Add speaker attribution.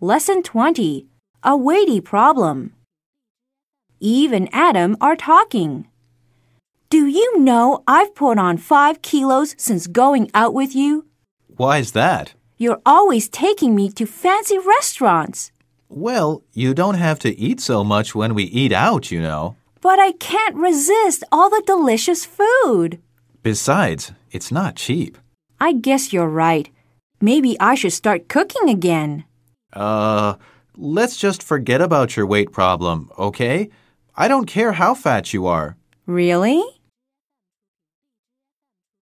Speaker 1: Lesson 20 A Weighty Problem. Eve and Adam are talking. Do you know I've put on five kilos since going out with you?
Speaker 2: Why is that?
Speaker 1: You're always taking me to fancy restaurants,
Speaker 2: Well, you don't have to eat so much when we eat out, you know.
Speaker 1: but I can't resist all the delicious food.
Speaker 2: Besides, it's not cheap.
Speaker 1: I guess you're right. Maybe I should start cooking again.
Speaker 2: Uh, let's just forget about your weight problem, okay? I don't care how fat you are.
Speaker 1: Really?